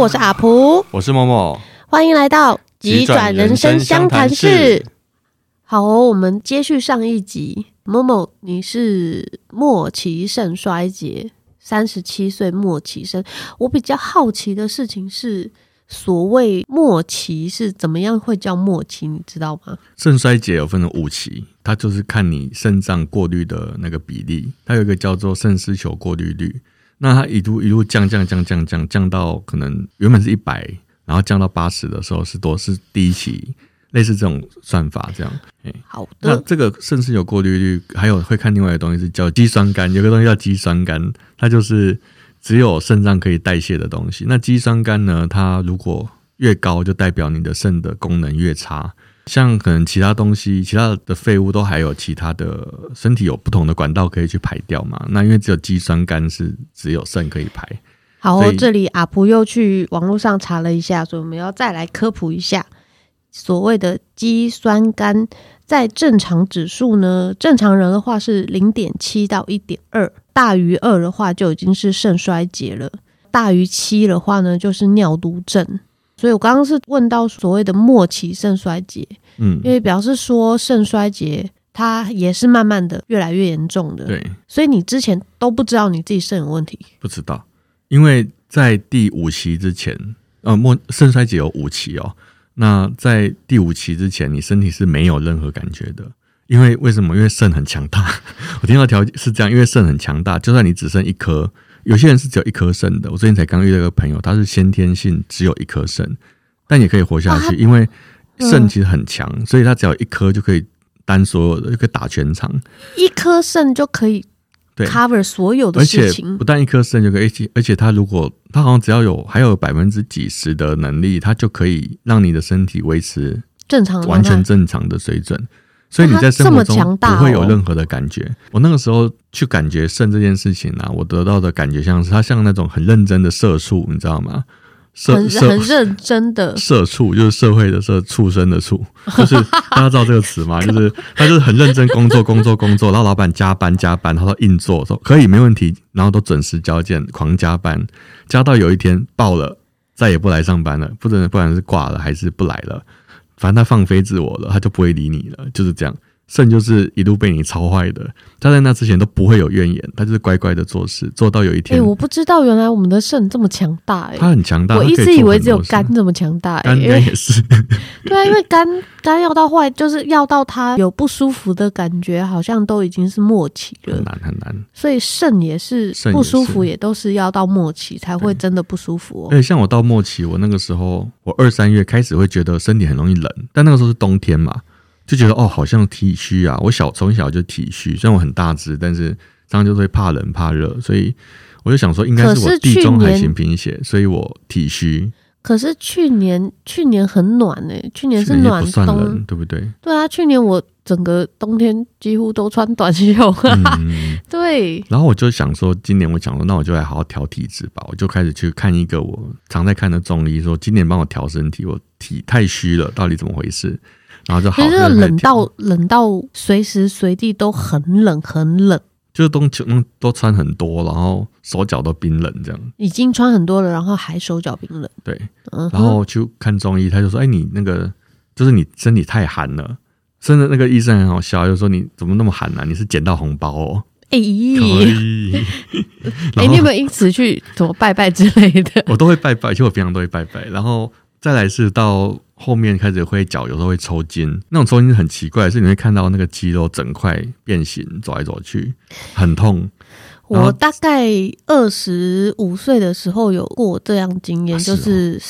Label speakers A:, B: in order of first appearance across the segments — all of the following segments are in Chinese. A: 我是阿蒲，
B: 我是某某，
A: 欢迎来到
B: 急转人生相谈室。
A: 好哦、我们接续上一集。某某，你是末期肾衰竭，三十七岁末期生。我比较好奇的事情是，所谓末期是怎么样会叫末期？你知道吗？
B: 肾衰竭有分成五期，它就是看你肾脏过滤的那个比例，它有一个叫做肾丝球过滤率。那它一路一路降降降降降降到可能原本是一百，然后降到八十的时候是多是第一期，类似这种算法这样。哎，
A: 好
B: 那
A: 的，
B: 这个甚至有过滤率，还有会看另外一个东西是叫肌酸酐，有个东西叫肌酸酐，它就是只有肾脏可以代谢的东西。那肌酸酐呢，它如果越高，就代表你的肾的功能越差。像可能其他东西、其他的废物都还有其他的身体有不同的管道可以去排掉嘛？那因为只有肌酸酐是只有肾可以排，
A: 好哦、
B: 所以
A: 这里阿蒲又去网络上查了一下，所以我们要再来科普一下所谓的肌酸酐。在正常指数呢，正常人的话是零点七到一点二，大于二的话就已经是肾衰竭了，大于七的话呢就是尿毒症。所以我刚刚是问到所谓的末期肾衰竭，
B: 嗯，
A: 因为表示说肾衰竭它也是慢慢的越来越严重的。
B: 对，
A: 所以你之前都不知道你自己肾有问题。
B: 不知道，因为在第五期之前，呃，末肾衰竭有五期哦。那在第五期之前，你身体是没有任何感觉的，因为为什么？因为肾很强大。 我听到条件是这样，因为肾很强大，就算你只剩一颗，有些人是只有一颗肾的。我最近才刚遇到一个朋友，他是先天性只有一颗肾，但也可以活下去，因为肾其实很强，所以他只要一颗就可以担所有的，就可以打全场。
A: 一颗肾就可以
B: 对
A: cover 所有的
B: 而且
A: 事情
B: 不，但一颗肾就可以一起，而且它如果它好像只要有还有百分之几十的能力，它就可以让你的身体维持
A: 正常的
B: 完全
A: 状态
B: 正常的水准。所以你
A: 那嗯它
B: 在生活
A: 这么强
B: 中不
A: 大哦
B: 会有任何的感觉。我那个时候去感觉肾这件事情啊，我得到的感觉像是它像那种很认真的社畜，你知道吗？社
A: 很
B: 社
A: 很认真的
B: 社畜 就是社会的社，畜生的畜，就是大家知道这个词 吗？就是他就是很认真工作，工作，工作，然后老板加班加班，他说硬做，说可以没问题，然后都准时交件，狂加班，加到有一天爆了，再也不来上班了，不然不然是挂了还是不来了，反正他放飞自我了，他就不会理你了，就是这样。肾就是一路被你操坏的，他在那之前都不会有怨言，他就是乖乖的做事，做到有一
A: 哎、
B: 天，
A: 我不知道原来我们的肾这么强大哎、
B: 他很强大。
A: 我
B: 他
A: 一
B: 可
A: 直
B: 做
A: 以为
B: 很
A: 只有
B: 多事
A: 肝这么强大、欸，
B: 肝
A: 因
B: 肝
A: 为
B: 也是。
A: 对啊，因为肝肝要到坏，就是要到它有不舒服的感觉，好像都已经是末期了
B: 很。难很难。
A: 所以肾也是
B: 嗯肾也
A: 不舒服，
B: 是
A: 也都是要到末期才会真的不舒服哦。
B: 而且哎像我到末期，我那个时候我二三月开始会觉得身体很容易冷，但那个时候是冬天嘛，就觉得
A: 啊
B: 哦好像体虚啊。我小从小就体虚，虽然我很大只，但是这样就会怕冷怕热，所以我就想说应该是
A: 可是
B: 我地中
A: 去年
B: 海型贫血，所以我体虚，
A: 可是去年去年很暖哎、去年
B: 去
A: 是
B: 年也
A: 暖
B: 不算
A: 冬
B: 冷，对不 对？
A: 对啊，去年我整个冬天几乎都穿短袖。啊
B: 嗯。
A: 对，
B: 然后我就想说，今年我想说，那我就来好好调体质吧。我就开始去看一个我常在看的中医，说今年帮我调身体，我体太虚了，到底怎么回事？然后就好，
A: 其实这
B: 那
A: 个
B: 就开始
A: 冷
B: 调
A: 到冷到随时随地都很冷很冷，
B: 就是冬秋嗯都穿很多，然后手脚都冰冷这样。
A: 已经穿很多了，然后还手脚冰冷。
B: 对，
A: 嗯哼，
B: 然后去看中医，他就说：“哎，你那个就是你身体太寒了。”真的，那个医生很好笑，就说：“你怎么那么寒啊？你是捡到红包哦。”
A: 哎、咦，
B: 可 以。
A: 哎、
B: 然后
A: 你有没有因此去怎么拜拜之类 的？
B: 我都会拜拜，其实我平常都会拜拜。然后再来是到后面开始会脚，有时候会抽筋，那种抽筋是很奇怪，是你会看到那个肌肉整块变形，走来走去，很痛。然后
A: 我大概二十五岁的时候有过这样经验，
B: 啊是
A: 就
B: 哦
A: 是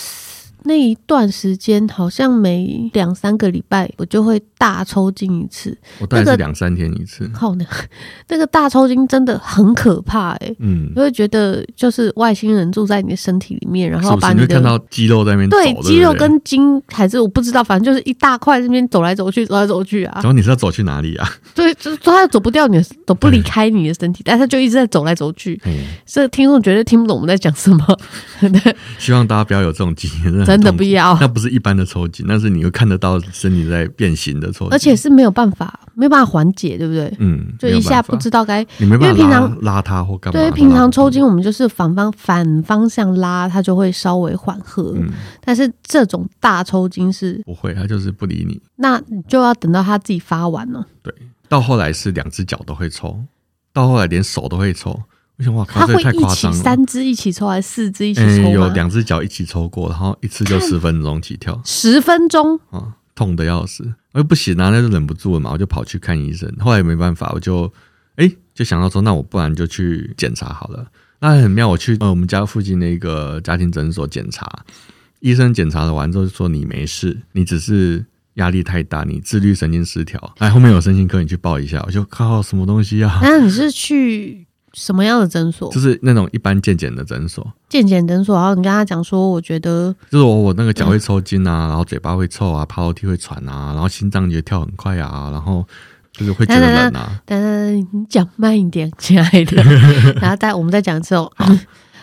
A: 那一段时间，好像每两三个礼拜我就会大抽筋一次。
B: 我大概
A: 那
B: 是
A: 个
B: 两三天一次。
A: 靠呢，那个大抽筋真的很可怕哎、
B: 嗯
A: 你，会觉得就是外星人住在你的身体里面，然
B: 是
A: 后
B: 不是
A: 把你
B: 你会
A: 的
B: 看到肌肉在那边走？
A: 对
B: 不
A: 肌肉跟筋还是我不知道，反正就是一大块这边走来走去，走来走去啊
B: 然。后你是要走去哪里啊？
A: 对，就是说他走不掉你的，走不离开你的身体，但他就一直在走来走去。
B: 嘿
A: 这个听众绝对听不懂我们在讲什么，
B: 希望大家不要有这种经验，真的 很
A: 真的
B: 痛苦
A: 不要
B: 嗯那不是一般的抽筋，那是你会看得到身体在变形的抽筋，
A: 而且是没有办法，没有办法缓解，对不对？
B: 嗯，
A: 就
B: 没有
A: 一下
B: 办
A: 不
B: 法
A: 知道该
B: 你没办法
A: 因为平
B: 拉
A: 常
B: 拉它或干嘛，
A: 对，
B: 它
A: 平
B: 拉
A: 常
B: 不
A: 抽
B: 动
A: 筋，我们就是反方反方向拉，它就会稍微缓和。
B: 嗯
A: 但是这种大抽筋是，
B: 不会，它就是不理你。
A: 那你就要等到它自己发完哦了，
B: 到后来是两只脚都会抽，到后来连手都会抽。我想哇靠，
A: 它
B: 啊这
A: 会
B: 个太
A: 一
B: 夸
A: 起
B: 张了。
A: 三只一起抽，还是四只一起
B: 嗯，
A: 抽
B: 有
A: 吗？
B: 两只脚一起抽过，然后一次就十分钟起跳
A: 十分钟，
B: 啊、痛的要死。我不行啊，那就忍不住了嘛，我就跑去看医生。后来没办法，我就哎、就想到说，那我不然就去检查好了。那很妙，我去呃我们家附近的一个家庭诊所检查，医生检查了完之后就说你没事，你只是压力太大，你自律神经失调。哎，后面有身心科，你去报一下。我就靠什么东西啊？
A: 那你是去什么样的诊所
B: 就？是那种一般健检的诊所，
A: 健检诊所，然后你跟他讲说，我觉得
B: 就是我我那个脚会抽筋啊，
A: 嗯
B: 然后嘴巴会臭啊，爬楼梯会喘啊，然后心脏也跳很快啊，然后就是会觉得冷啊，
A: 但你讲慢一点，亲爱 的。然后再我们再讲一次哦，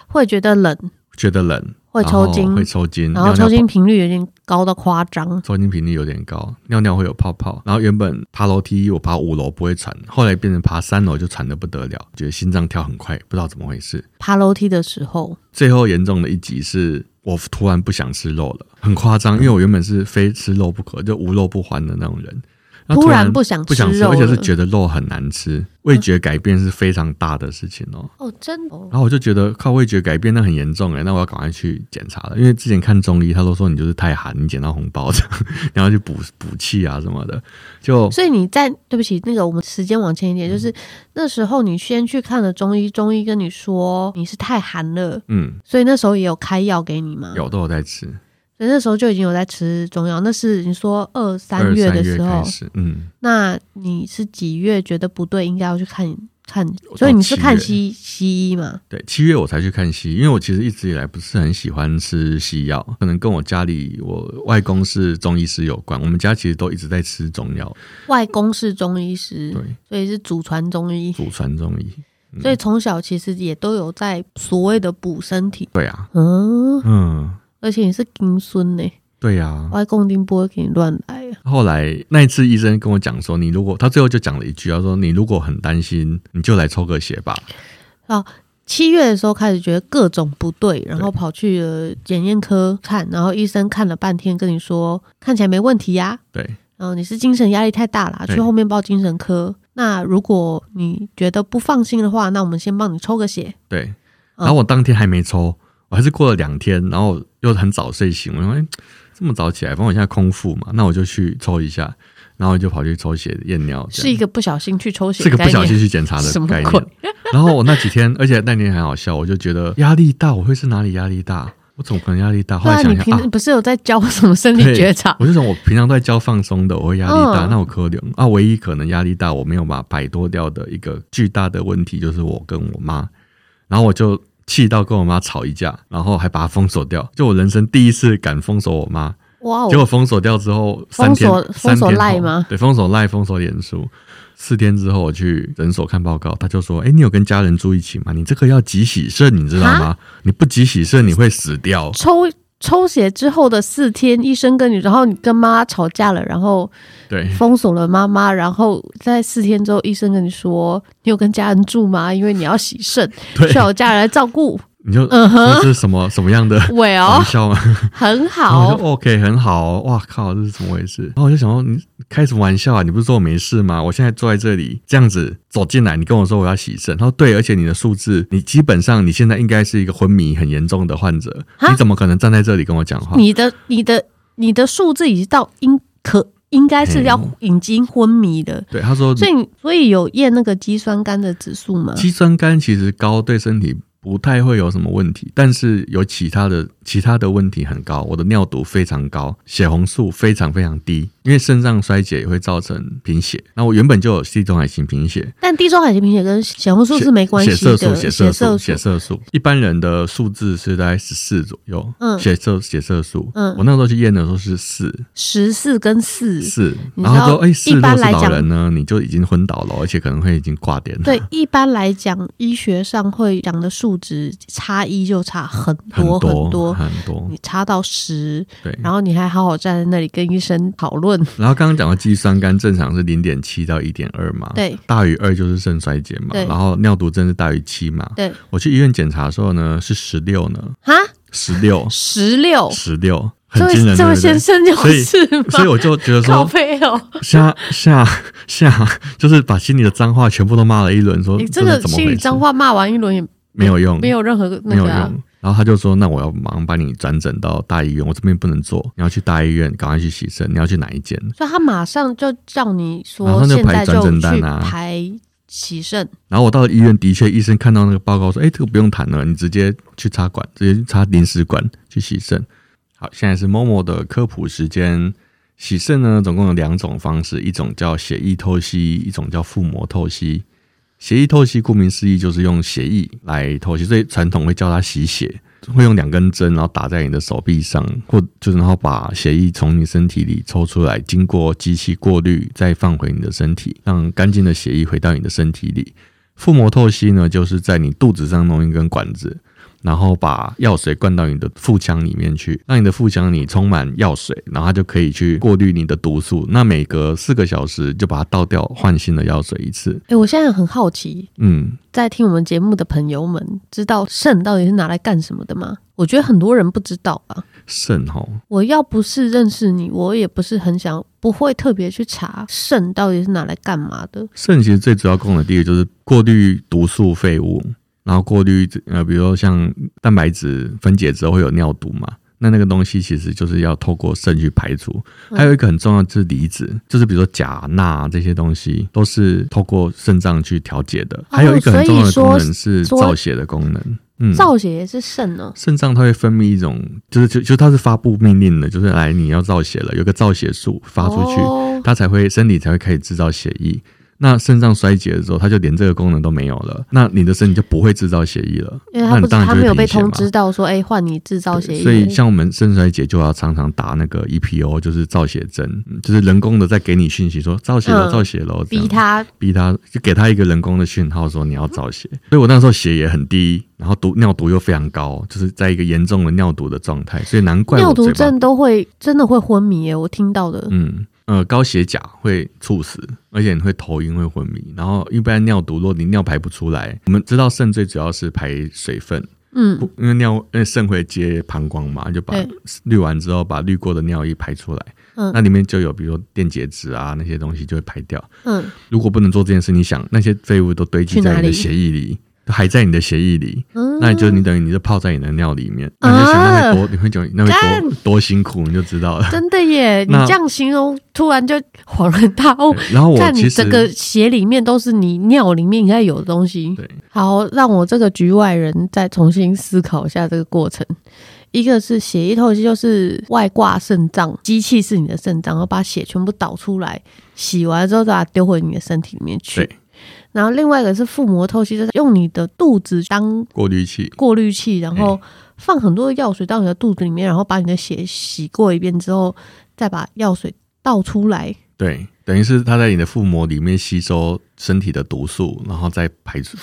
A: 会觉得冷，
B: 觉得冷，
A: 会抽筋
B: 然哦后会抽筋，
A: 然后
B: 尿
A: 抽
B: 尿
A: 筋频率有点高到夸张。
B: 抽筋频率有点高，尿尿会有泡泡，然后原本爬楼梯我爬五楼不会喘，后来变成爬三楼就喘得不得了，觉得心脏跳很快，不知道怎么回事。
A: 爬楼梯的时候，
B: 最后严重的一集是我突然不想吃肉了，很夸张，因为我原本是非吃肉不可，就无肉不欢的那种人。那
A: 突然
B: 不
A: 不想
B: 不想
A: 吃
B: 吃，
A: 肉
B: 而
A: 了，
B: 且是觉得肉很难吃，味觉改变是非常大的事情哦。
A: 哦，真的哦
B: 然后我就觉得靠味觉改变那很严重哎，那我要赶快去检查了，因为之前看中医，他都说你就是太寒，你捡到红包这样， 然后去补补气啊什么的，就
A: 所以你在对不起，那个我们时间往前一点，
B: 嗯
A: 就是那时候你先去看了中医，中医跟你说你是太寒了，
B: 嗯
A: 所以那时候也有开药给你嘛。，
B: 有都有在吃，
A: 所以那时候就已经有在吃中药。那是你说二三
B: 二
A: 月
B: 三
A: 的
B: 月
A: 时候
B: 开，始，嗯，
A: 那你是几月觉得不对，应该要去看看？
B: 到
A: 所以你是
B: 七
A: 看
B: 月
A: 西西医嘛？
B: 对，七月我才去看西医，因为我其实一直以来不是很喜欢吃西药，可能跟我家里我外公是中医师有关，我们家其实都一直在吃中药，
A: 外公是中医师
B: 对，，
A: 所以是祖传中医，
B: 祖传中医，嗯
A: 所以从小其实也都有在所谓的补身体。
B: 对啊，
A: 嗯，
B: 嗯，
A: 而且你是金孙呢，
B: 对啊。
A: 外公一定不会给你乱来啊。
B: 后来那一次医生跟我讲说，你如果他最后就讲了一句，他说你如果很担心，你就来抽个血吧。
A: 七月的时候开始觉得各种不对，然后跑去了检验科看，然后医生看了半天，跟你说看起来没问题呀、
B: 对，
A: 然后你是精神压力太大啦，
B: 对
A: 去后面报精神科。那如果你觉得不放心的话，那我们先帮你抽个血。
B: 对。
A: 嗯
B: 然后我当天还没抽，我还是过了两天，然后又很早睡醒，我说哎、这么早起来，反正我现在空腹嘛，那我就去抽一下，然后我就跑去抽血验尿，这
A: 是
B: 样
A: 一个不小心去抽血
B: 是
A: 的
B: 个
A: 概
B: 不
A: 念，
B: 小心去检查
A: 什
B: 的
A: 么
B: 概
A: 鬼
B: 念。然后我那几天，而且那天很好笑，我就觉得压力大，我会是哪里压力大？我总可能压力大。后
A: 对
B: 来
A: 啊，
B: 想
A: 你
B: 一
A: 平
B: 想啊
A: 时，不是有在教什么 身体
B: 对
A: 觉察？
B: 我就想，我平常都在教放松的，我会压力大，
A: 嗯
B: 那我可能啊，唯一可能压力大，我没有把摆脱掉的一个巨大的问题，就是我跟我妈，然后我就气到跟我妈吵一架，然后还把她封锁掉，就我人生第一次敢封锁我妈，
A: 哇
B: 结
A: 哦，
B: 果封锁掉之后，
A: 封
B: 三天
A: 锁
B: 三
A: 封锁
B: 天
A: 赖
B: 后
A: 吗
B: 对，封锁赖，封锁脸书。四天之后，我去诊所看报告，他就说：“哎、你有跟家人住一起吗？你这个要急洗肾，你知道吗？你不急洗肾，你会死掉。”
A: 抽抽血之后的四天，医生跟你，然后你跟妈妈吵架了，然后
B: 对，
A: 封锁了妈妈，然后在四天之后，医生跟你说，你有跟家人住吗？因为你要洗肾，
B: 对
A: 需要有家人来照顾。
B: 你 就
A: 嗯
B: 这是什么什么样的玩
A: Well，
B: 笑吗？
A: 很
B: 然后我
A: 好
B: 就，OK，很好。哦哇靠，这是怎么回事？哦然后我就想说，你开什么玩笑啊？你不是说我没事吗？我现在坐在这里，这样子走进来，你跟我说我要洗肾。他说对，而且你的数字，你基本上你现在应该是一个昏迷很严重的患者，
A: 哈
B: 你怎么可能站在这里跟我讲话？
A: 你的你的你的数字已经到应可应该是要
B: 嗯
A: 已经昏迷了，
B: 对，他说
A: 所以你所以有验那个肌酸酐的指数吗？
B: 肌酸酐其实高对身体不太会有什么问题，但是有其他的其他的问题很高，我的尿毒非常高，血红素非常非常低，因为肾脏衰竭也会造成贫血。那我原本就有地中海型贫血，
A: 但地中海型贫血跟血红素
B: 血
A: 是没关系
B: 血色
A: 的，
B: 素、血色素、
A: 血
B: 血色素，一般人的数字是在十四左右，
A: 嗯
B: 血色血色素，
A: 嗯
B: 我那时候去验的时候是四
A: 十四跟四
B: 四，
A: 你
B: 然
A: 知
B: 后他
A: 道
B: 说哎，四
A: 一
B: 如
A: 般
B: 果是
A: 来
B: 老
A: 讲
B: 人呢，你就已经昏倒了，而且可能会已经挂点了。
A: 对，一般来讲，医学上会讲的数数值差异就差很
B: 很
A: 多
B: 多
A: 多，
B: 很多
A: 你，差到十，
B: 对。
A: 然后你还好好站在那里跟医生讨论，
B: 然后刚刚讲到肌酸酐正常是零点七到一点二嘛，，
A: 对
B: 大于二就是肾衰竭嘛，
A: 对
B: 然后尿毒症是大于七嘛。
A: 对，
B: 我去医院检查的时候呢，是十六呢，
A: 哈，，
B: 十六
A: 十六，
B: 十六，
A: 这
B: 很惊
A: 位
B: 人，
A: 这
B: 对
A: 位
B: 不对
A: 先？生有
B: 所以
A: 事
B: 所以
A: 吗？
B: 我就觉得
A: 靠
B: 说，
A: 背哦，
B: 下下下，就是把心里的脏话全部都骂了一轮，说
A: 你这
B: 是
A: 个
B: 怎么
A: 心
B: 回
A: 理
B: 事？
A: 脏话骂完一轮也
B: 没有用，
A: 没有任何那
B: 没有
A: 个啊，
B: 用。然后他就说：“那我要马上把你转诊到大医院，我这边不能做，你要去大医院，赶快去洗肾。你要去哪一间？
A: 所以他马上就叫你
B: 马
A: 说
B: 上就
A: 现在
B: 排转
A: 就
B: 诊
A: 去
B: 单啊
A: 排洗肾，
B: 然后我到了医院，的确医生看到那个报告说：‘哎，这个不用谈了，你直接去插管，直接去插临时管去洗肾。’好，现在是 Momo 的科普时间。洗肾呢，总共有两种方式，一种叫血液透析，一种叫腹膜透析。血液透析顾名思义就是用血液来透析，所以传统会叫它洗血，会用两根针，然后打在你的手臂上，或就是然后把血液从你身体里抽出来，经过机器过滤，再放回你的身体，让干净的血液回到你的身体里。腹膜透析呢，就是在你肚子上弄一根管子，然后把药水灌到你的腹腔里面去，让你的腹腔里充满药水，然后它就可以去过滤你的毒素。那每隔四个小时就把它倒掉，换新的药水一次。
A: 哎、我现在很好奇，
B: 嗯，
A: 在听我们节目的朋友们，知道肾到底是拿来干什么的吗？我觉得很多人不知道啊吧。
B: 肾吼，
A: 我要不是认识你，我也不是很想，不会特别去查肾到底是拿来干嘛的。
B: 肾其实最主要功能，第一个就是过滤毒素废物，然后过滤呃，比如说像蛋白质分解之后会有尿毒嘛，那那个东西其实就是要透过肾去排除。
A: 嗯
B: 还有一个很重要的就是离子，就是比如说钾、钠这些东西都是透过肾脏去调节的。还有一个很重要的功能是
A: 哦所以说
B: 造血的功能，嗯。
A: 造血也是啊肾呢、
B: 肾脏它会分泌一种，就是就就它是发布命令的，就是来你要造血了，有个造血素发出去，
A: 哦
B: 它才会身体才会开始制造血液。那肾脏衰竭的时候，它就连这个功能都没有了，那你的身体就不会制造血液了。
A: 因为他
B: 那
A: 不
B: 你
A: 知
B: 当然
A: 他
B: 就
A: 没
B: 会
A: 有被
B: 贫血
A: 通
B: 嘛
A: 知到说，哎、换你制造血液，
B: 所以像我们肾衰竭就要常常打那个 EPO，就是造血针，嗯就是人工的在给你讯息说造血
A: 嗯
B: 了，造血了，这样
A: 逼他
B: 逼他，就给他一个人工的讯号说你要造血。所以我那时候血也很低，然后毒尿毒又非常高，就是在一个严重的尿毒的状态，所以难怪我
A: 尿毒
B: 嘴巴
A: 症都会真的会昏迷耶，我听到的。
B: 嗯，呃，高血钾会猝死，而且你会头晕、会昏迷。然后一般尿毒，如果你尿排不出来，我们知道肾最主要是排水分，
A: 嗯，
B: 不因为尿因为肾会接膀胱嘛，就把
A: 对
B: 滤完之后把滤过的尿液排出来。
A: 嗯
B: 那里面就有比如说电解质啊那些东西就会排掉。
A: 嗯，
B: 如果不能做这件事，你想那些废物都堆积
A: 去
B: 在
A: 哪
B: 你的
A: 里
B: 血液里，都还在你的血液里，
A: 啊嗯
B: 那你就你等于你就泡在你的尿里面，那你就想那会多，你会觉得那
A: 啊
B: 会多多辛苦，你就知道了。
A: 真的耶！你
B: 那
A: 这样形容，突然就恍然大悟。
B: 然后我
A: 看
B: 其
A: 你
B: 实
A: 哦整个血里面都是你尿里面应该有的东西。
B: 对，
A: 好，让我这个局外人再重新思考一下这个过程。一个是血液透析，就是外挂肾脏，机器是你的肾脏，然后把血全部导出来，洗完之后再把它丢回你的身体里面去
B: 对。
A: 然后另外一个是腹膜透析，就是用你的肚子当
B: 过滤器，
A: 过滤器，然后放很多的药水到你的肚子里面，然后把你的血洗过一遍之后，再把药水倒出来。
B: 对，等于是它在你的腹膜里面吸收身体的毒素，然后再排出，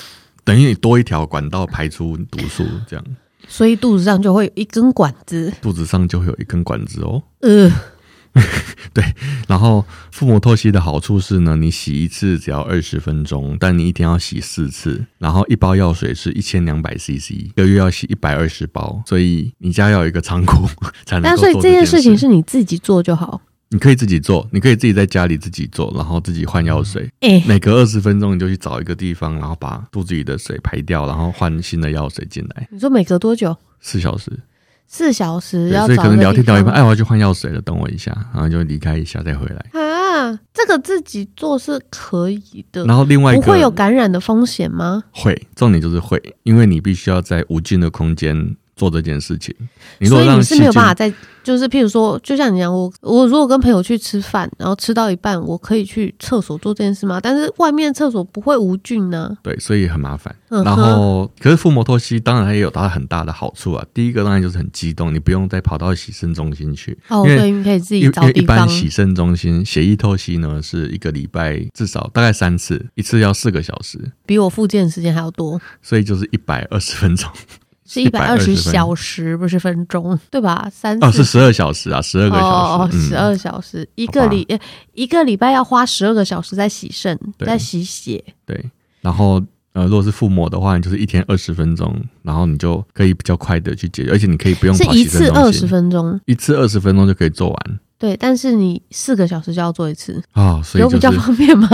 B: 等于你多一条管道排出毒素，这样
A: 所以肚子上就会有一根管子。
B: 肚子上就会有一根管子哦。
A: 呃，
B: 然后腹膜透析的好处是呢，你洗一次只要二十分钟，但你一天要洗四次。然后一包药水是一千两百 CC，一个月要洗一百二十包，所以你家要有一个仓库才能
A: 但
B: 够
A: 所
B: 做
A: 以这件
B: 事
A: 事情是你自己做就好。
B: 你可以自己做，你可以自己在家里自己做，然后自己换药水。
A: 哎、
B: 每隔二十分钟你就去找一个地方，然后把肚子里的水排掉，然后换新的药水进来，
A: 你说每隔多久？
B: 四小时。
A: 四小时
B: 对，
A: 要
B: 所以
A: 找
B: 可能
A: 个
B: 聊
A: 地
B: 天聊一
A: 方
B: 半，哎，我要去换药水了，等我一下，然后就离开一下再回来。
A: 啊，这个自己做是可以的，
B: 然后另外一
A: 不
B: 个
A: 会有感染的风险吗？
B: 会重点就是会，因为你必须要在无菌的空间。做这件事情。你如
A: 所
B: 果
A: 以
B: 让
A: 你是没有
B: 细菌
A: 办法在，就是譬如说，就像你讲，我我如果跟朋友去吃饭，然后吃到一半，我可以去厕所做这件事吗？但是外面厕所不会无菌呢、
B: 对，所以很麻烦。
A: 嗯哼
B: 然后，可是腹膜透析当然它也有它很大的好处啊。第一个当然就是很激动，你不用再跑到洗肾中心去，
A: 哦，
B: 因为
A: 对，你可以自
B: 因
A: 己
B: 为因
A: 找
B: 为一
A: 地
B: 般
A: 方。
B: 洗肾中心血液透析呢是一个礼拜至少大概三次，一次要四个小时，
A: 比我复健的时间还要多，
B: 所以就是一百二 十分钟
A: 是一百二十
B: 120分
A: 小时，不是分钟，对吧？三
B: 哦，
A: 四
B: 是十二小时啊，十二个
A: 哦哦，
B: 小时，
A: 十
B: 嗯，
A: 二小时，一个礼呃一个礼拜要花十二个小时在洗肾，
B: 对
A: 在洗血，
B: 对。然后呃，如果是腹膜的话，你就是一天二十分钟，然后你就可以比较快的去解决，而且你可以不用
A: 是
B: 跑
A: 一
B: 洗
A: 次
B: 肾
A: 二
B: 中
A: 十
B: 心，
A: 分钟，
B: 一次二十分钟就可以做完
A: 对，但是你四个小时就要做一次，
B: 啊、所以
A: 有
B: 就
A: 比较
B: 是
A: 方便 吗？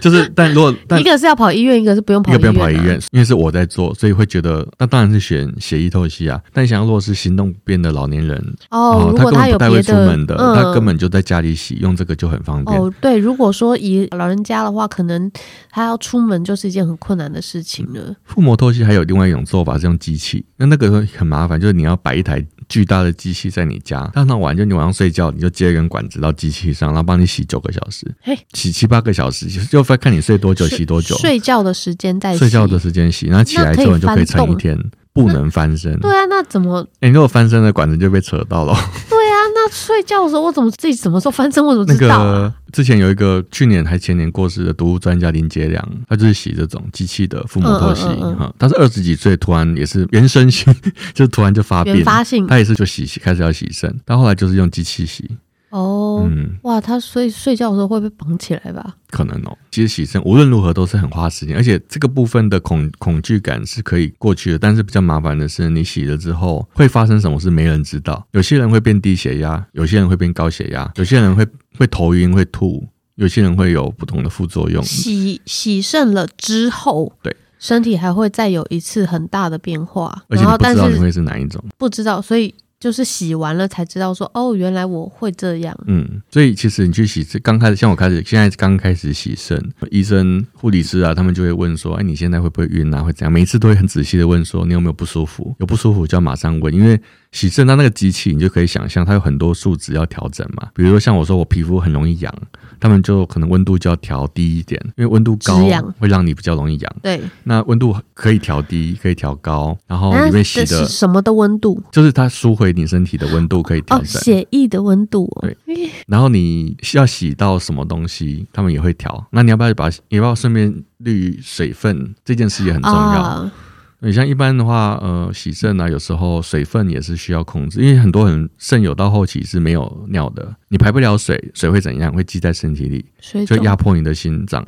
B: 就是，但 如果但
A: 一个是要跑医院，一个是不用跑
B: 要不要跑医
A: 啊
B: 院？因为是我在做，所以会觉得那当然是选血液透析啊。但想要如果是行动不便的老年人，
A: 哦，如
B: 他
A: 果
B: 根本
A: 有
B: 不太会
A: 别
B: 出门的，他根
A: 嗯。
B: 本就在家里洗，用这个就很方便。
A: 哦，对，如果说以老人家的话，可能他要出门就是一件很困难的事情了。
B: 腹膜透析还有另外一种做法是用机器，那那个会很麻烦，就是你要摆一台巨大的机器在你家，当当晚就你晚上睡觉，你就接一根管子到机器上，然后帮你洗九个小时
A: 嘿，
B: 洗七八个小时，就就看你睡多久，
A: 睡
B: 洗多久，
A: 睡觉的时间在
B: 睡觉的时间洗，然后起来之后你就可以撑一天，不能翻身。
A: 对啊，那怎么
B: 欸你如果翻身的管子就被扯到了。
A: 对啊？那睡觉的时候我怎么自己什么时候翻身，我怎么
B: 那
A: 知道啊、
B: 个之前有一个去年还前年过世的毒物专家林杰良，他就是洗这种机器的腹膜透析
A: 嗯嗯嗯嗯
B: 哈，他是二十几岁突然也是 原生性，就突然就发病
A: 原，发性
B: 他也是就洗洗开始要洗肾，但后来就是用机器洗，
A: 哦。
B: 嗯，
A: 哇，他所以睡觉的时候会被绑起来吧？
B: 可能哦。其实洗肾无论如何都是很花时间，而且这个部分的恐恐惧感是可以过去的，但是比较麻烦的是，你洗了之后会发生什么事没人知道。有些人会变低血压，有些人会变高血压，有些人会会头晕会吐，有些人会有不同的副作用。
A: 洗洗肾了之后，
B: 对
A: 身体还会再有一次很大的变化，
B: 而且
A: 然
B: 你
A: 后
B: 不
A: 但
B: 知道你
A: 是
B: 会是哪一种，
A: 不知道，所以就是洗完了才知道说，哦，原来我会这样。
B: 嗯，所以其实你去洗肾，刚开始像我开始，现在刚开始洗肾，医生、护理师啊，他们就会问说，哎，你现在会不会晕啊，会怎样？每一次都会很仔细的问说，你有没有不舒服？有不舒服就要马上问，因为洗肾它那个机器，你就可以想象它有很多数值要调整嘛，比如说像我说我皮肤很容易痒，他们就可能温度就要调低一点，因为温度高
A: 止痒
B: 会让你比较容易痒。
A: 对，
B: 那温度可以调低，可以调高，然后
A: 那
B: 哦里面洗
A: 啊这
B: 的
A: 是。什么的温度？
B: 就是它输回你身体的温度可以调
A: 哦，
B: 整，
A: 血液的温度、哦。
B: 对然后你要洗到什么东西，他们也会调。那你要不要把你要不要顺便滤水分这件事也很重要。
A: 啊，
B: 你像一般的话，呃，洗肾啊，有时候水分也是需要控制，因为很多人肾友到后期是没有尿的，你排不了水，水会怎样？会积在身体里，
A: 水
B: 就
A: 肿，
B: 压迫你的心脏，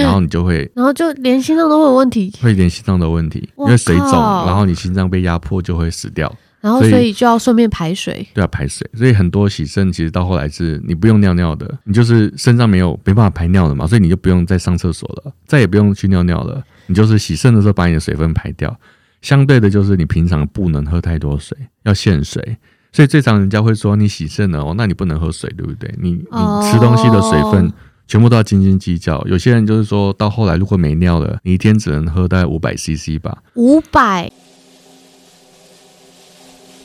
B: 然后你就会
A: 然后就连心脏都会有问题，
B: 会连心脏的问题，因
A: 哇
B: 为水肿，
A: 靠
B: 然后你心脏被压迫就会死掉。
A: 然后
B: 所以
A: 所以就要顺便排水。
B: 对啊，排水，所以很多洗肾其实到后来是你不用尿尿的，你就是身上没有没办法排尿了嘛，所以你就不用再上厕所了，再也不用去尿尿了，你就是洗肾的时候把你的水分排掉。相对的就是你平常不能喝太多水，要限水。所以最常人家会说你洗肾了哦，那你不能喝水，对不对？你你吃东西的水分
A: 哦
B: 全部都要斤斤计较。有些人就是说到后来如果没尿了，你一天只能喝大概五百 CC 吧，
A: 五百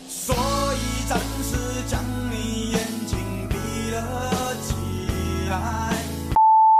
C: 所以暂时将你眼睛闭了起来。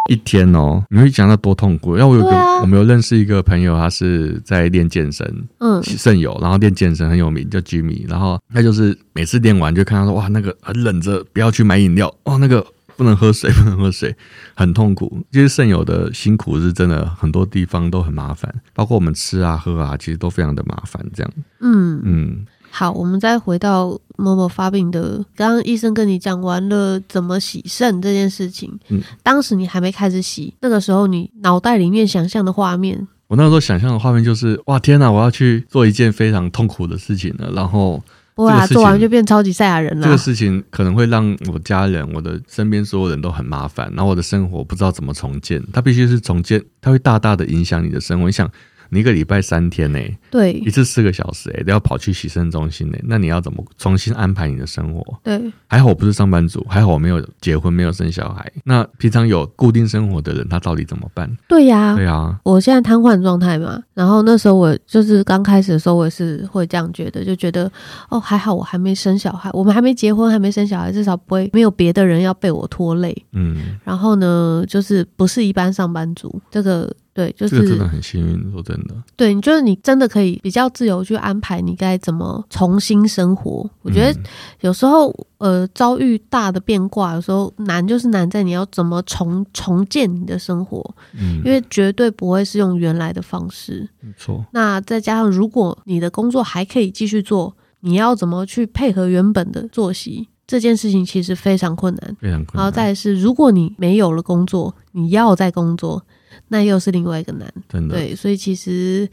B: 一天哦，你会想到多痛苦。然后我有个、
A: 对啊
B: 我们有认识一个朋友，他是在练健身，
A: 嗯，
B: 肾友，然后练健身很有名，叫 Jimmy。然后他就是每次练完就看他说哇，那个很忍着不要去买饮料，哇，那个不能喝水，不能喝水，很痛苦。其实肾友的辛苦是真的，很多地方都很麻烦，包括我们吃啊喝啊，其实都非常的麻烦。这样，
A: 嗯，
B: 嗯，
A: 好，我们再回到某某发病的，刚刚医生跟你讲完了怎么洗肾这件事情，
B: 嗯
A: 当时你还没开始洗，那个时候你脑袋里面想象的画面，
B: 我那时候想象的画面就是哇，天哪，我要去做一件非常痛苦的事情了，然后
A: 不啦，
B: 这个事情
A: 做完就变超级赛亚人
B: 这个
A: 啦。
B: 事情可能会让我家人、我的身边所有人都很麻烦，然后我的生活不知道怎么重建。它必须是重建，它会大大的影响你的生活。你想，你一个礼拜三天呢、
A: 对
B: 一次四个小时、欸，都要跑去洗肾中心呢、那你要怎么重新安排你的生活？
A: 对
B: 还好我不是上班族，还好我没有结婚，没有生小孩。那平常有固定生活的人，他到底怎么办？
A: 对呀、
B: 对啊，
A: 我现在瘫痪状态嘛，然后那时候我就是刚开始的时候，我也是会这样觉得，就觉得哦，还好我还没生小孩，我们还没结婚，还没生小孩，至少不会没有别的人要被我拖累。
B: 嗯，
A: 然后呢，就是不是一般上班族，这个对，就
B: 这个
A: 是
B: 真的很幸运，说真的，
A: 对你就是你真的可以比较自由去安排你该怎么重新生活。我觉得
B: 嗯
A: 有时候呃遭遇大的变卦，有时候难就是难在你要怎么重重建你的生活，
B: 嗯，
A: 因为绝对不会是用原来的方式。
B: 没错，
A: 那再加上，如果你的工作还可以继续做，你要怎么去配合原本的作息？这件事情其实非常困难。
B: 非常困
A: 然
B: 难。
A: 后再来是，如果你没有了工作，你要再工作，那又是另外一个难。
B: 真的，
A: 对，所以其实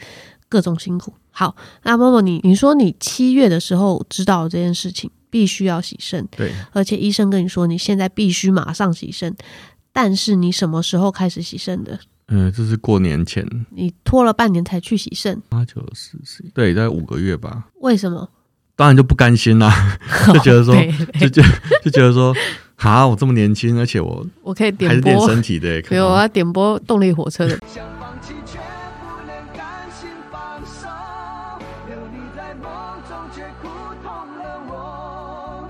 A: 各种辛苦。好，那默默你你说你七月的时候知道这件事情，必须要洗肾，
B: 对，
A: 而且医生跟你说你现在必须马上洗肾，但是你什么时候开始洗肾的？
B: 嗯、这是过年前
A: 你拖了半年才去洗肾，
B: 八九十十，对，大概五个月吧。
A: 为什么？
B: 当然就不甘心啦， 就觉得说
A: 对
B: 就就就觉得说，哈，我这么年轻，而且我
A: 我可以
B: 还
A: 点
B: 是练
A: 播，
B: 身体的、欸，
A: 没有，啊我要点播动力火车的。
C: 想放弃却不能甘心放手，流离在梦中却苦痛了我。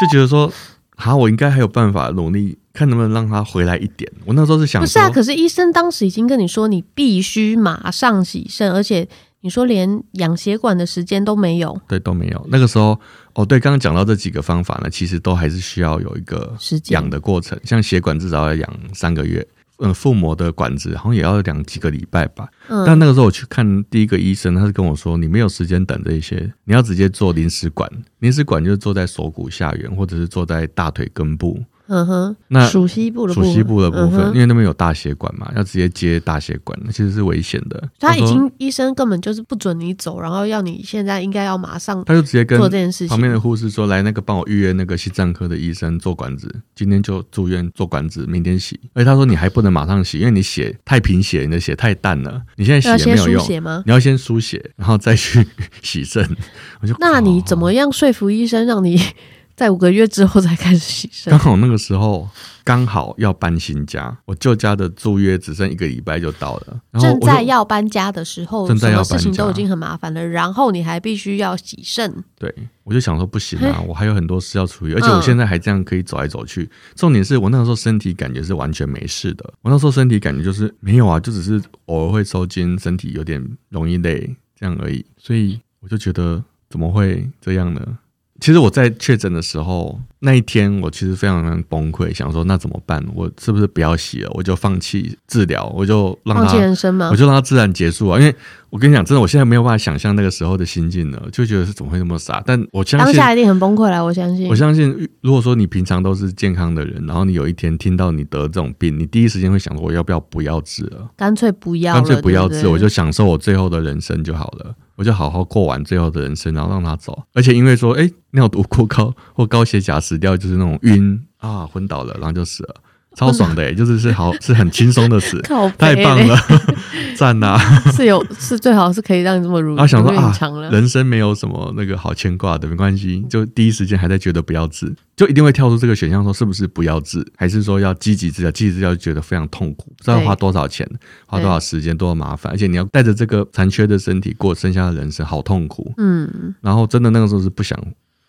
B: 就觉得说，哈，我应该还有办法努力，看能不能让他回来一点。我那时候是想
A: 不是
B: 说，
A: 啊，可是医生当时已经跟你说，你必须马上洗肾，而且你说连养血管的时间都没有，
B: 对，都没有。那个时候，哦，对，刚刚讲到这几个方法呢，其实都还是需要有一个
A: 时间
B: 养的过程，像血管至少要养三个月。嗯，腹膜的管子好像也要养几个礼拜吧。但
A: 嗯，
B: 那个时候我去看第一个医生，他是跟我说，你没有时间等这一些，你要直接做临时管。临时管就是坐在锁骨下缘，或者是坐在大腿根部。
A: 嗯哼，
B: 那
A: 属西部的部
B: 属
A: 分，
B: 膝部的部
A: 嗯
B: 分，因
A: 哼
B: 为那边有大血管嘛，要直接接大血管，那其实是危险的。
A: 他已
B: 说
A: 经医生根本就是不准你走，然后要你现在应该要马上
B: 他就直接跟
A: 做这件事情
B: 旁边的护士说：“来，那个帮我预约那个心脏科的医生做管子，今天就住院做管子，明天洗。”而且他说：“你还不能马上洗，因为你血太贫血，你的血太淡了，你现在
A: 要
B: 洗
A: 啊先
B: 也没有
A: 输
B: 用，
A: 血吗？
B: 你要先输血，然后再去洗肾。”我就
A: 那你怎
B: 靠
A: 么样说服医生让你 在五个月之后才开始洗肾
B: 刚？好那个时候刚好要搬新家，我旧家的住约只剩一个礼拜就到了，然后
A: 正
B: 我
A: 在
B: 就
A: 要搬家的时候，
B: 正在
A: 什
B: 要
A: 么
B: 搬家
A: 事情都已经很麻烦了，然后你还必须要洗肾，
B: 对，我就想说不行啊，我还有很多事要处理，而且
A: 嗯
B: 我现在还这样可以走来走去。重点是我那个时候身体感觉是完全没事的，我那时候身体感觉就是没有啊，就只是偶尔会抽筋，身体有点容易累这样而已。所以我就觉得怎么会这样呢？其实我在确诊的时候那一天，我其实非常非常崩溃，想说那怎么办？我是不是不要洗了？我就放弃治疗，我就让
A: 放
B: 它
A: 弃人生吗
B: 我？就让它自然结束啊。因为我跟你讲，真的，我现在没有办法想象那个时候的心境了，就觉得是怎么会那么傻。但我相
A: 当
B: 信，
A: 下一定很崩溃啦，我相信
B: 我。相信，如果说你平常都是健康的人，然后你有一天听到你得这种病，你第一时间会想说，我要不要不要治了？
A: 干脆不要了，
B: 干脆不要
A: 对
B: 治，
A: 对，
B: 我就享受我最后的人生就好了。我就好好过完最后的人生，然后让他走。而且因为说，哎、尿毒过高 或高血钾死掉，就是那种晕啊，昏倒了，然后就死了，超爽的、欸，就是是好是很轻松的死
A: 靠
B: 太
A: 北嘞
B: 棒了，， 赞啊呐、
A: 是有是最好是可以让你这么如
B: 然后想说
A: 如愿以偿
B: 啊，
A: 了。嗯
B: 人生没有什么那个好牵挂的，没关系，就第一时间还在觉得不要治，就一定会跳出这个选项，说是不是不要治，还是说要积极治疗？积极治疗就觉得非常痛苦，不知道
A: 对
B: 花多少钱，花多少时间，多少麻烦，而且你要带着这个残缺的身体过剩下的人生，好痛苦。
A: 嗯，
B: 然后真的那个时候是不想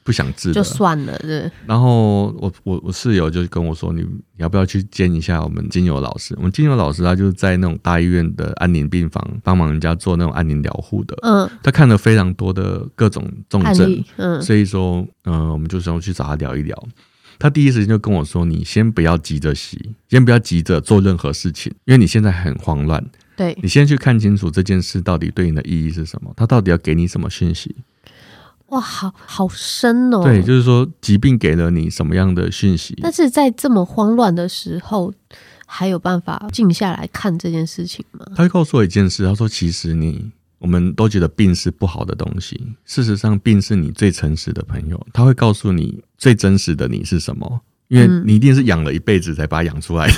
B: 不想治的
A: 就，算了，对，
B: 然后我我我室友就跟我说，你你要不要去见一下我们金友老师？我们金友老师他就是在那种大医院的安宁病房帮忙人家做那种安宁疗护的，
A: 嗯，
B: 他看了非常多的各种重
A: 案
B: 症
A: 例，，嗯，
B: 所以说，呃，我们就想去找他聊一聊。他第一时间就跟我说：“你先不要急着洗，先不要急着做任何事情，因为你现在很慌乱。
A: 对
B: 你，先去看清楚这件事到底对你的意义是什么，它到底要给你什么讯息。
A: 哇，好好深哦。
B: 对，就是说，疾病给了你什么样的讯息？
A: 但是在这么慌乱的时候，还有办法静下来看这件事情吗？
B: 他就告诉我一件事，他说：“其实你，我们都觉得病是不好的东西，事实上，病是你最诚实的朋友，他会告诉你最真实的你是什么，因为
A: 嗯
B: 你一定是养了一辈子才把它养出来的，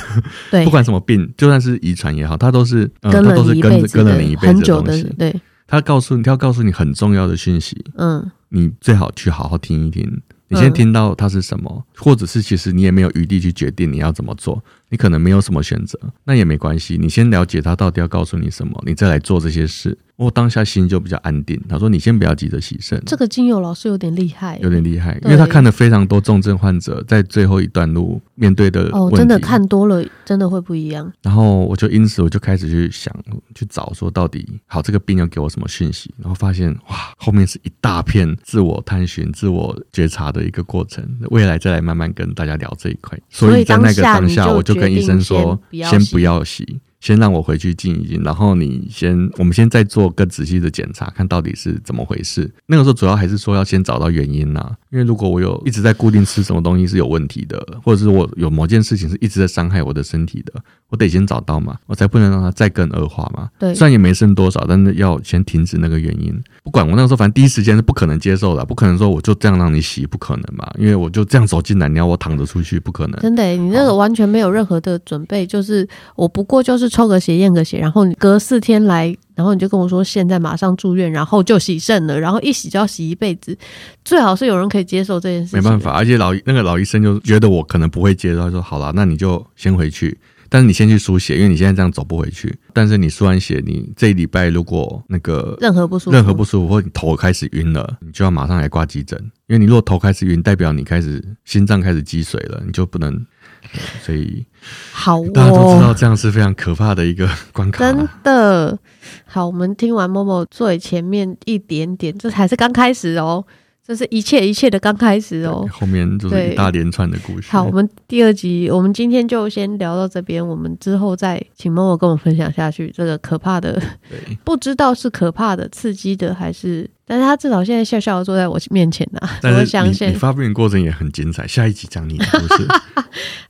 A: 对，
B: 不管什么病，就算是遗传也好，它都是、呃、
A: 跟
B: 它
A: 了
B: 都是
A: 你一
B: 跟
A: 辈
B: 着
A: 子
B: 跟了
A: 的
B: 你一辈
A: 很
B: 子
A: 久
B: 东
A: 的
B: 西，。
A: 对，
B: 它告诉你，它要告诉你很重要的讯息，
A: 嗯，
B: 你最好去好好听一听。你先
A: 嗯
B: 听到它是什么，或者是其实你也没有余地去决定你要怎么做，你可能没有什么选择，那也没关系。你先了解它到底要告诉你什么，你再来做这些事。我当下心就比较安定。他说：“你先不要急着牺牲。”
A: 这个精油老师有点厉害，
B: 有点厉害，因
A: 对
B: 为他看了非常多重症患者在最后一段路面对的
A: 哦
B: 问，题
A: 真的看多了，真的会不一样。
B: 然后我就因此我就开始去想去找说到底好这个病要给我什么讯息，然后发现哇后面是一大片自我探寻、自我觉察的一个过程，未来再来慢慢跟大家聊这一块。所以在那个当
A: 当下
B: 下，
A: 你就
B: 我就跟医生说
A: 决定先不要
B: 先
A: 洗
B: 不要洗。先让我回去静一静，然后你先，我们先再做更仔细的检查，看到底是怎么回事。那个时候主要还是说要先找到原因呐、因为如果我有一直在固定吃什么东西是有问题的，或者是我有某件事情是一直在伤害我的身体的，我得先找到嘛，我才不能让它再更恶化嘛。
A: 对
B: 虽然也没剩多少，但是要先停止那个原因。不管我那个时候，反正第一时间是不可能接受的，不可能说我就这样让你洗，不可能嘛，因为我就这样走进来，你要我躺着出去，不可能。
A: 真的耶，你那个完全没有任何的准备，就是我不过就是抽个血验个血，然后你隔四天来，然后你就跟我说现在马上住院，然后就洗肾了，然后一洗就要洗一辈子，最好是有人可以接受这件事情。
B: 没办法，，而且老那个老医生就觉得我可能不会接受，他说好啦，那你就先回去，但是你先去输血，因为你现在这样走不回去。但是你输完血，你这一礼拜如果那个
A: 任何不舒服，
B: 任何不舒服，或你头开始晕了，你就要马上来挂急诊，因为你如果头开始晕，代表你开始心脏开始积水了，你就不能。对所以
A: 好
B: 大家都知道
A: 哦，
B: 这样是非常可怕的一个 关卡啊、
A: 真的好。我们听完某某最前面一点点，这才是刚开始哦，这是一切一切的刚开始哦
B: 对。后面就是
A: 对
B: 一大连串的故事。
A: 好，我们第二集，我们今天就先聊到这边，我们之后再请默默跟我分享下去这个可怕的，
B: 对，
A: 不知道是可怕的、刺激的还是，但是他至少现在笑笑的坐在我面前呐、 我
B: 但是
A: 相
B: 你你
A: 信。
B: 发病的过程也很精彩，下一集讲你的故事。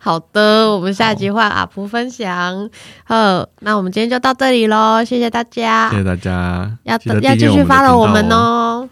A: 好的，我们下集换阿普分享。好，那我们今天就到这里喽，谢谢大家，
B: 谢谢大家，
A: 要
B: 记得
A: 要继
B: 订
A: 续
B: 阅我们的频
A: follow 我
B: 道哦
A: 们哦。